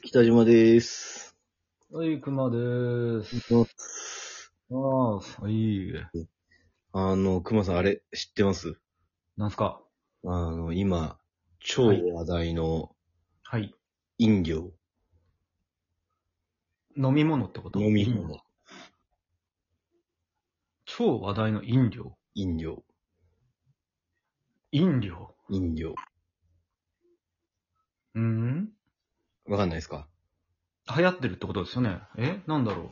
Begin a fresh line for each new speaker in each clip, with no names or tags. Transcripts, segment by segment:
北島です。
はい、熊でーす。あーはい。
あの、熊さん、あれ、知ってます
なんすか
あの、今、超話題の
はい。
飲料、
飲み物ってこと
飲み物、
飲超話題の飲料。
飲料、
飲料
飲料。
うーん
わかんないですか
流行ってるってことですよね。えなんだろう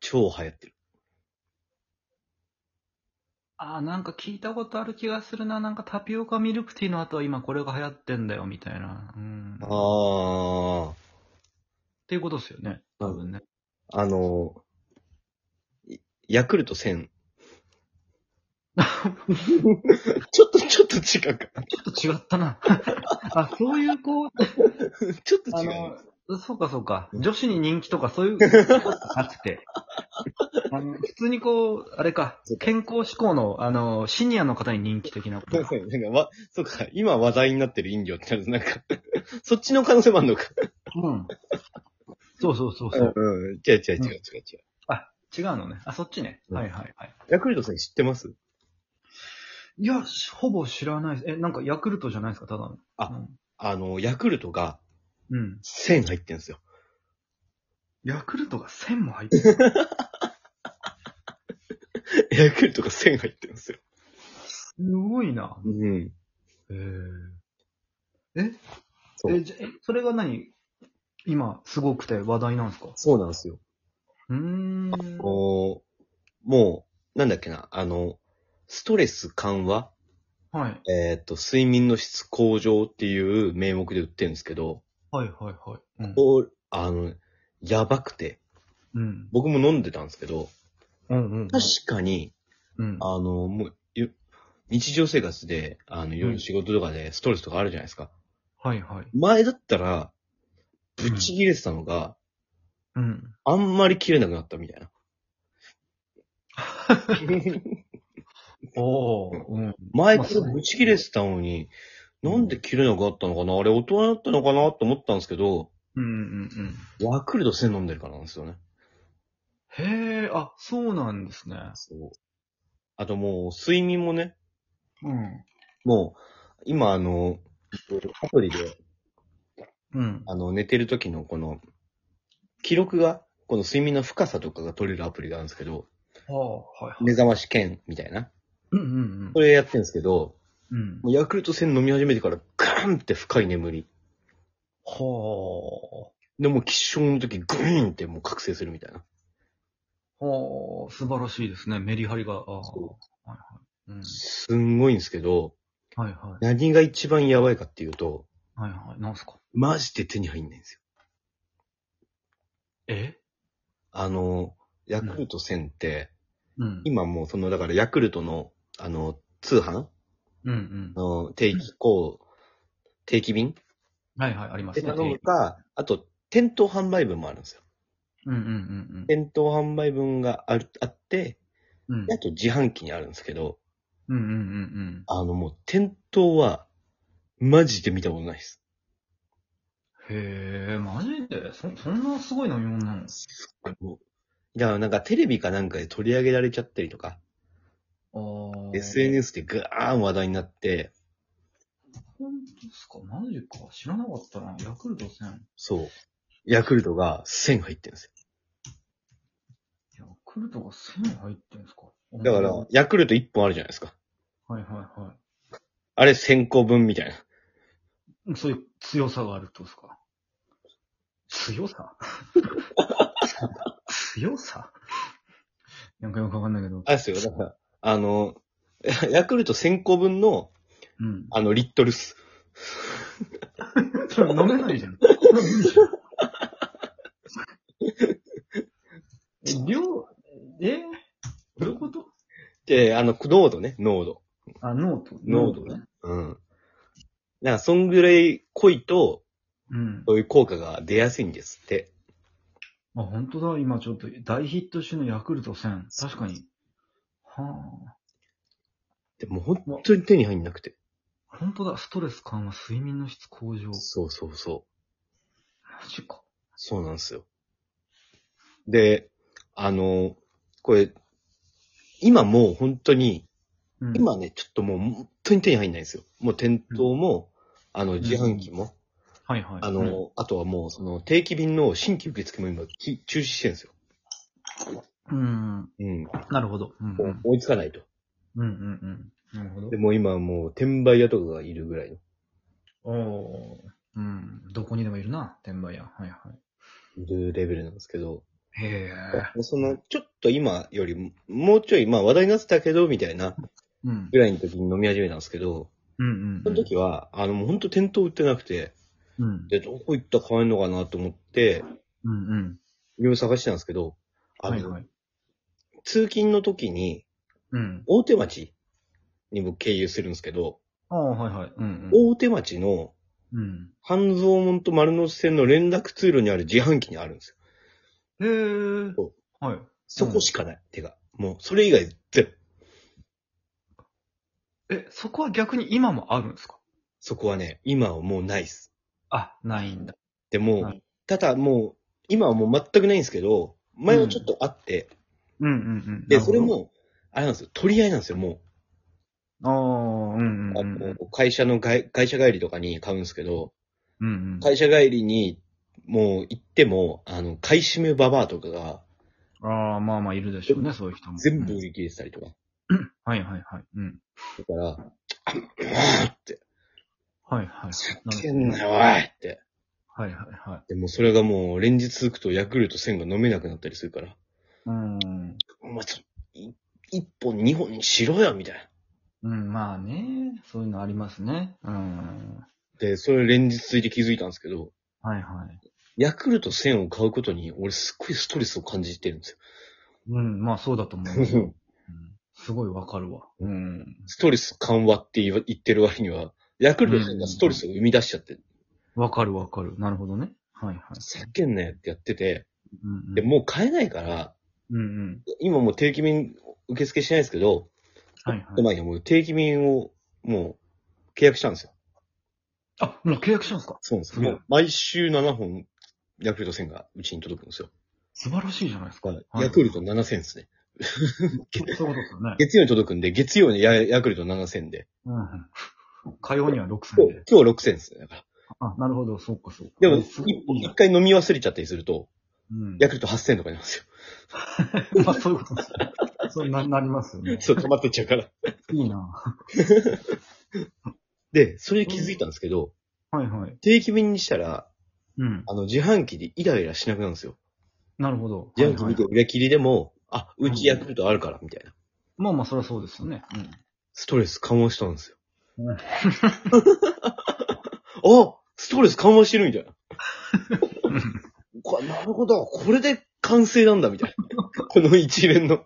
超流行ってる。
あー、なんか聞いたことある気がするな。なんかタピオカミルクティーの後は今これが流行ってんだよ、みたいな。うん。っ
あ
ていうことですよね。多分ね。
あ、あの、いヤクルト1000。ちょっと、ちょっと違うか。
ちょっと違ったな。 あ、そういうこう、
ちょっと
あ
違う。
の、そうかそうか。女子に人気とか そういうことなくて。あの普通にこう、あれか
そう、か
健康志向の、あの、シニアの方に人気的なこと。
なんかわ、そうか、今話題になってる飲料ってなんか、そっちの可能性もあるのか。
うん。そうそうそう
う
そう。
ん、うん。違う違う違う違う違う。
違うのね。あ、そっちね。
うん
はいはいはい。
ヤクルト1000知ってます
いや、ほぼ知らないです。え、なんかヤクルトじゃないですか、ただの。
ああの、ヤクルトが
うん。うん。
1000入ってんですよ。
ヤクルトが1000も入ってる。
ヤクルトが1000入ってるんですよ。
すごいな。
うん。
え
そう
え、じゃ、えそれが何今、すごくて話題なんですか
そうなんですよ。
うーん。
こう、もう、なんだっけな、あの、ストレス緩和、
はい。
えーっと、睡眠の質向上っていう名目で売ってるんですけど、
はいはいはい。うん
こうあの、やばくて、
うん。
僕も飲んでたんですけど、
うんうんうん。
確かに、
うん。
あの、もう、ゆ日常生活で、あの、夜仕事とかでストレスとかあるじゃないですか。
はいはい。
前だったら、ぶち切れてたのが、
うん。
あんまり切れなくなったみたいな。
おー。うん。
前からぶち切れてたのに、
まあ
なんで切れなくなったのかなあれ大人だったのかなと思ったんですけど、
うんうんうん。
ヤクルト1000飲んでるからなんですよね。
へえ、あ、そうなんですね。
そう。あともう、睡眠もね、
うん。
もう、今あの、アプリで、
うん。
あの、寝てる時のこの、記録が、この睡眠の深さとかが取れるアプリがあるんですけど、
あー、はいはい。
目覚まし券みたいな。
うんうん
これやってるんですけど、
うん。うん。
もうヤクルト1000飲み始めてから、ガーンって深い眠り。
ほ
で、もう起床の時、グーンってもう覚醒するみたいな。
ー。ほー。素晴らしいですね。メリハリが。あー
そ
はいはい。うん。
すんごいんですけど、
はいはい。
何が一番やばいかっていうと、
はいはい。なんすか
マジで手に入んないんですよ。
え
あの、ヤクルト1000って、
うん。
今もうその、だからヤクルトの、あの、通販
うんうん
あ。の定期こう定期便
はいはい。ありま
です
ね。
頼むか、あと、店頭販売分もあるんですよ。
うんうんうん
店頭販売分がある、あって、
うん。うん。
あと自販機にあるんですけど、
うんうんうん
あのもう店頭は、マジで見たことないです。
うん。へえ、マジでそ、そんなすごい飲み物なの
もうだからなんかテレビかなんかで取り上げられちゃったりとか、
ああ。
SNS でガーン話題になって、
本当ですかマジか知らなかったな。ヤクルト1000。
そう。ヤクルトが1000入ってるんです
ヤクルトが1000入ってんすか
よ。だか
は
ら、ヤクルト1本あるじゃないですか。
いはいは
あれ1000個分みたいな。
い。そういう強さがあるってことですか強さ強さなんかよくわかんないけど。
あれですよ。だから、あの、 ヤクルト1000個分の、
うん。
あの、リットルっす。
それ飲めないじゃん。 え量、えどういうこと
で、あの、濃度ね、濃度。
あ、ノート。
濃度ね。。うん。だから、そんぐらい濃いと、
うん。
そういう効果が出やすいんですって。
あ、本当だ。今ちょっと大ヒット中のヤクルト1000。確かに。は
でも、本当に手に入んなくて。
あ。本当だ。ストレス緩和、睡眠の質向上。マ
そうそうそ
ジか。
そうなんですよ。で、あの、これ、今もう本当に、
うん、
今ね、ちょっともう本当に手に入んないんですよ。もう店頭も、あの、自販機も、
はいはい。
あ
う
の、あとはもう、その、定期便の新規受付も今、き中止してるんですよ。
ん、うん。
うん。
なるほど。うんうん。
追いつかないと。
うんうんうん。なるほど
で、。もう今はもう、転売屋とかがいるぐらいの。
おおー。うん。どこにでもいるな、転売屋。はいはい
るレベルなんですけど、
い。へえ。
その、ちょっと今よりも、もうちょい、まあ話題になってたけど、みたいな
うん。
ぐらいの時に飲み始めたんですけど、
うんうん。
その時は、あの、もう本当店頭売ってなくて、
うん。
で、どこ行ったら買えるのかなと思って、
うんうん。
いろいろ探してたんですけど、あの、
はいはい。
通勤の時に、
うん。
大手町に僕経由するんですけど、
ああ、はいはい。うんうん。
大手町の
うん。
半蔵門と丸ノ内線の連絡通路にある自販機にあるんですよ。
へえ
そ。
はい。
そこしかない、手が。もう、それ以外全部。
え、そこは逆に今もあるんですか
そこはね、今はもうないっす。
あ、ないんだ。
でも、
はい
ただもう、今はもう全くないんですけど、前はちょっとあって、
うんうんうん。
で、それ。も、あれなんですよ、取り合いなんですよ、も
ああ、うん
う。
うん
あ
うん。
の会社の外、会社帰りとかに買うんですけど、
うんうん。
会社帰りに、もう行っても、あの、買い占めババアとかが、
ああ、まあまあいるでしょうね、そういう人も。
全部
う
売
ん
り切れてたりとか。
はいはいはい。うん。
だから、あ、もうって、
はいはい。
けんなよ、おいって。
はいはいはい。
でもそれがもう連日続くとヤクルト1000が飲めなくなったりするから、
うん。
お前ちょ、い一本二本にしろよ、みたいな。
うん、まあね、そういうのありますね。うん。
で、それ連日続いて気づいたんですけど、
はいはい。
ヤクルト1000を買うことに、俺すっごいストレスを感じてるんです
うん、まあそうだと思いますよ。
よ。
うんすごいわかるわ。うん。
ストレス緩和って言わ言ってる割には、ヤクルト1000がストレスを生み出しちゃって、
わかるわかる。なるほどね。はいはい。
叫けんなよってやってて、
うんうん、
で、もう買えないから、
うんうん。
今もう定期便受付してないですけど、
はい
ちょっと
はい。
前にもう定期便をもう契約したんですよ。
あ、もう契約したんですか
そうなんです
うん
もう毎週7本、ヤクルト1000がうちに届くんですよ。
素晴らしいじゃないですか。
ヤクルト7000ですね。
そういうことですよね。
月曜に届くんで、月曜にヤヤクルト7000で、
うん。火曜には6000
今
で。
日今日6000ですね。だから
あ、なるほど、そうかそうか。
でも、
えすごい
一一回飲み忘れちゃったりすると、
うん。
ヤクルト8000とかになるんですよ。
まあそういうことですね。そうななりますよね。
そう、溜まってっちゃうから。
いいな。
で、それ気づいたんですけど、
はいはい。
定期便にしたら、
うん。
あの、自販機でイライラしなくなるんですよ。
なるほど。
自販機
はい
見
は
て売
い
れ切りでも、あ、うちヤクルトあるから、みたいな。
まあまあ、そりゃそうですよね。うん。
ストレス緩和したんですよ
うん。
あストレス緩和してるみたいな。こなるほど。これで完成なんだ、みたい な。この一連の。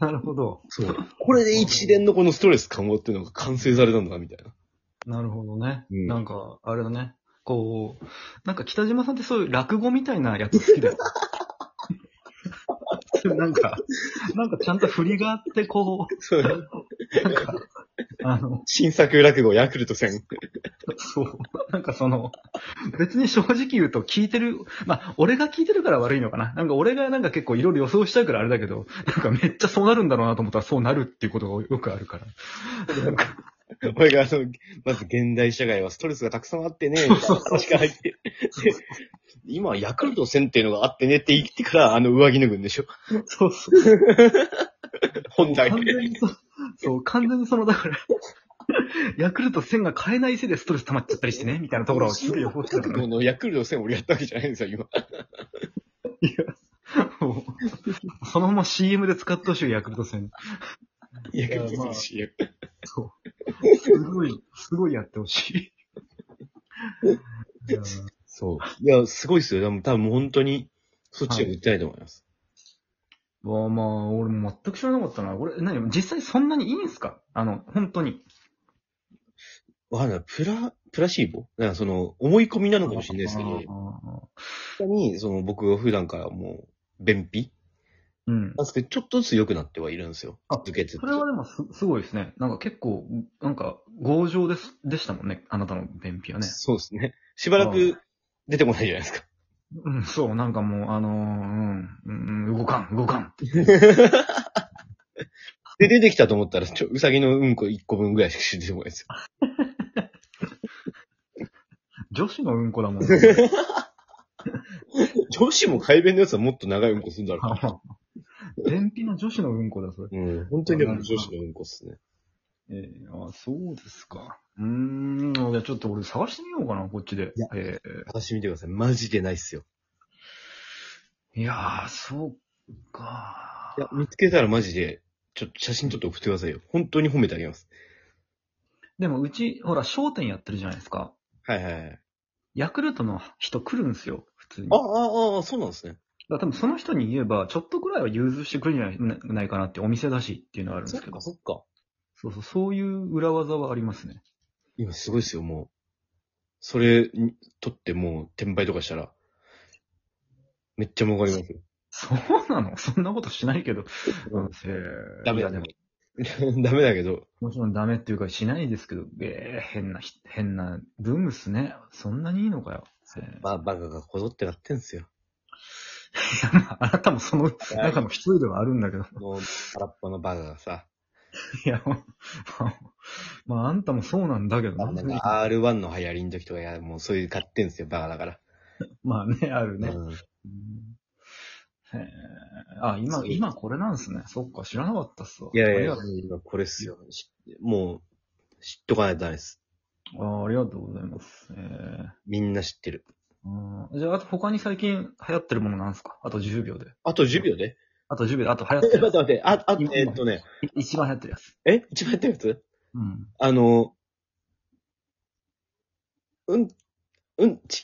なるほど。
そう。これで一連のこのストレス緩和っていうのが完成されたんだ、みたいな。
なるほどね。
うん
なんか、あれだね。こう、なんか北島さんってそういう落語みたいなやつ好きだよ。 なんか、なんかちゃんと振りがあって、こ
そう。
う、なんか、あの、
新作落語、ヤクルト戦。
そう。なんかその、別に正直言うと聞いてる、まあ、俺が聞いてるから悪いのかな。なんか俺がなんか結構いろいろ予想しちゃうからあれだけど、なんかめっちゃそうなるんだろうなと思ったらそうなるっていうことがよくあるから。なんか、
俺が、あの、まず現代社会はストレスがたくさんあってね、みたいな話から入って。で今はヤクルト戦っていうのがあってねって言ってから、あの上着脱ぐんでしょ
そうそう。
本題
完全にそう、そう、完全にその、だから、ヤクルト1000が買えないせいでストレス溜まっちゃったりしてね、みたいなところをすぐ予想してたから
こ
ね。
のヤクルト戦俺やったわけじゃないんですよ、今。
もうそのまま CM で使ってほしい、ヤクルト1000。
ヤクルト戦の CM。
そう。すごい、すごいやってほし い。うん
そう。いや、すごいっすよ。でも多分もう本当に、そっちは売ってないと思います。
わあまあ、俺も全く知らなかったな。俺、何実際そんなにいいんすかあの、本当に。
わかんない。プラ、プラシーボなんかその、思い込みなのかもしれないですけ
あ
ど
ー、あー
本当に、その僕が普段からもう、便秘
うん。
なんですけど、ちょっとずつ良くなってはいるんですよ。
あ
続けてて
それはでもすすごいですね。なんか結構、なんか、強情です、でしたもんね。あなたの便秘はね。
そうですね。しばら
うん
く、出てこないじゃないですか。
うん、そう、なんかもう、あのーうん、うん、うん動かん、動かんって。
で、出てきたと思ったら、ちょ、うさぎのうんこ1個分ぐらいしか出てこない ですよ。
女子のうんこだもん。
女子も改便のやつはもっと長いうんこするんだろ
便秘の女子のうんこだ、それ。
う。うん。本当にでも女子のうんこっすね。
ええあ、そうですか。うーん、じゃあちょっと俺探してみようかな、こっちで。
いや
え
私見てください。マジでないっすよ。
えいやー、そうか。
いや、見つけたらマジで、ちょっと写真撮って送ってくださいよ。本当に褒めてあげます。
でもうち、ほら、商店やってるじゃないですか。
はいはいはい。
ヤクルトの人来るんですよ、普通に。
あ
だか
あ、ああ、そうなんですね。
ら多分その人に言えば、ちょっとくらいは融通してくれるんじゃないないかなって、お店だしっていうのはあるんで
そっ
すけど。
か
そ
そっか。
うそう、そういう裏技はありますね。
今すごいっすよ、もう。それに、撮ってもう転売とかしたら、めっちゃ儲かりますよ。
そうなのそんなことしないけど。うん、せー
ダメだ
いやでも。
ダメだけど、
もちろんダメっていうかしないですけど、えー、変なひ、変なブームっすね。そんなにいいのかよ。えー
まあ、バカがこぞってなってんすよ。
いやまああなたもその中の一人ではあるんだけど。
もう、空っぽのバカが さ、
いや、まあ、まあ、あんたもそうなんだけど
なん
ね
か R1 の流行りの時とか、いや、もうそういう買ってんすよ、バカだから。
まあね、あるね。
うん
へえあ、今
そ、う
今これなんですね。そっか、知らなかったっすわ。
いやいや
あ
い
り
や
がと、
これっすよ。しもう、知っとかないとダメです。
うあありがとうございます。ええ
みんな知ってる。
うんじゃあ、あと他に最近流行ってるものなんですかあと10秒で。
あと10秒で。
あと10秒で、あと流行っ
え
て
待
る
って待って、あ、あ、えっとね、
やつ。一番流行ってるやつ。
え一番やってるやつ
うん。
あの、うん、うんち